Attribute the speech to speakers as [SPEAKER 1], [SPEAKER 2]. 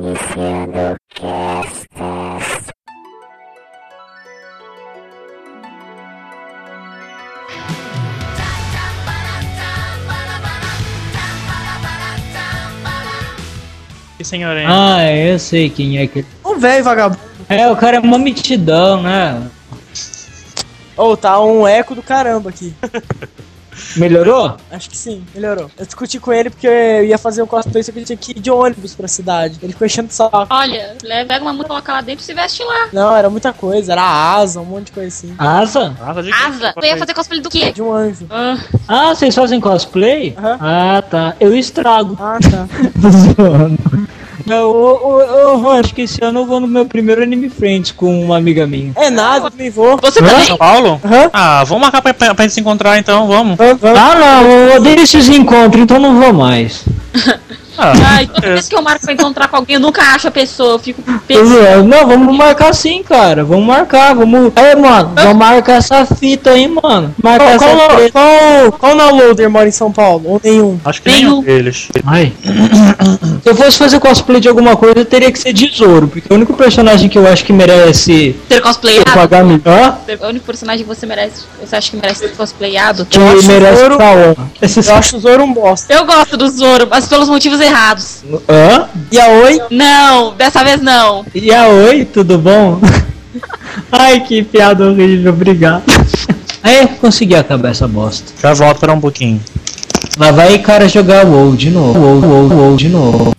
[SPEAKER 1] Fazendo Festas.
[SPEAKER 2] Que senhor é?
[SPEAKER 3] Ah, eu sei quem é que.
[SPEAKER 4] Um velho vagabundo.
[SPEAKER 3] É, o cara é uma mitidão, né?
[SPEAKER 4] Ou tá um eco do caramba aqui.
[SPEAKER 3] Melhorou?
[SPEAKER 4] Acho que sim, melhorou. Eu discuti com ele porque eu ia fazer um cosplay, só que eu tinha que ir de ônibus pra cidade. Ele ficou enchendo o saco.
[SPEAKER 5] Olha, le- pega uma mulher, coloca lá dentro e se veste lá.
[SPEAKER 4] Não, era muita coisa, era asa, um monte de coisa assim.
[SPEAKER 3] Asa?
[SPEAKER 2] Asa de
[SPEAKER 5] Asa. Tu ia fazer cosplay do quê?
[SPEAKER 4] De um anjo.
[SPEAKER 5] Ah,
[SPEAKER 3] Ah, vocês fazem cosplay?
[SPEAKER 4] Aham.
[SPEAKER 3] Ah, tá. Eu estrago.
[SPEAKER 4] Ah, tá.
[SPEAKER 3] Tô zoando. Não, eu, eu, eu acho que esse ano eu vou no meu primeiro Anime Friends com uma amiga minha.
[SPEAKER 4] É nada, nem vou.
[SPEAKER 5] você
[SPEAKER 2] Hã?
[SPEAKER 5] também?
[SPEAKER 2] São Paulo?
[SPEAKER 4] Hã?
[SPEAKER 2] Ah, vamos marcar pra, pra, pra gente se encontrar então, vamos.
[SPEAKER 4] Vamos, vamos.
[SPEAKER 3] Ah, não, eu odeio esses encontros, então não vou mais.
[SPEAKER 2] Ah,
[SPEAKER 5] Ai, toda
[SPEAKER 2] é.
[SPEAKER 5] vez que eu marco pra encontrar com alguém, eu nunca acho a pessoa. Eu fico
[SPEAKER 3] Tô
[SPEAKER 5] pensando.
[SPEAKER 3] zoando. Não, vamos marcar sim, cara. Vamos marcar, vamos. Aí, mano, vamos marcar essa fita aí, mano. Marcar
[SPEAKER 4] Qual,
[SPEAKER 3] essa
[SPEAKER 4] qual,
[SPEAKER 3] fita.
[SPEAKER 4] lo- qual, qual downloader mora em São Paulo? Ou nenhum?
[SPEAKER 2] acho que nenhum deles.
[SPEAKER 3] Ai. Se eu fosse fazer cosplay de alguma coisa, teria que ser Tesouro, porque o único personagem que eu acho que merece
[SPEAKER 5] Ser cosplayado?
[SPEAKER 3] pagar melhor,
[SPEAKER 5] O único personagem que você merece, você acha que merece ser cosplayado?
[SPEAKER 3] que
[SPEAKER 4] acho
[SPEAKER 3] merece
[SPEAKER 4] Zoro-
[SPEAKER 3] pra honra. Esses...
[SPEAKER 4] Eu acho o Zoro um bosta.
[SPEAKER 5] Eu gosto do Zoro, mas pelos motivos errados.
[SPEAKER 3] Hã?
[SPEAKER 4] E a Oi?
[SPEAKER 5] Não, dessa vez não.
[SPEAKER 3] E a oi, tudo bom? Ai, que piada horrível, obrigado. Aí, consegui acabar essa bosta.
[SPEAKER 2] Já volto pra um pouquinho.
[SPEAKER 3] Lá vai o cara jogar WoW de novo. WoW, WoW, WoW de novo.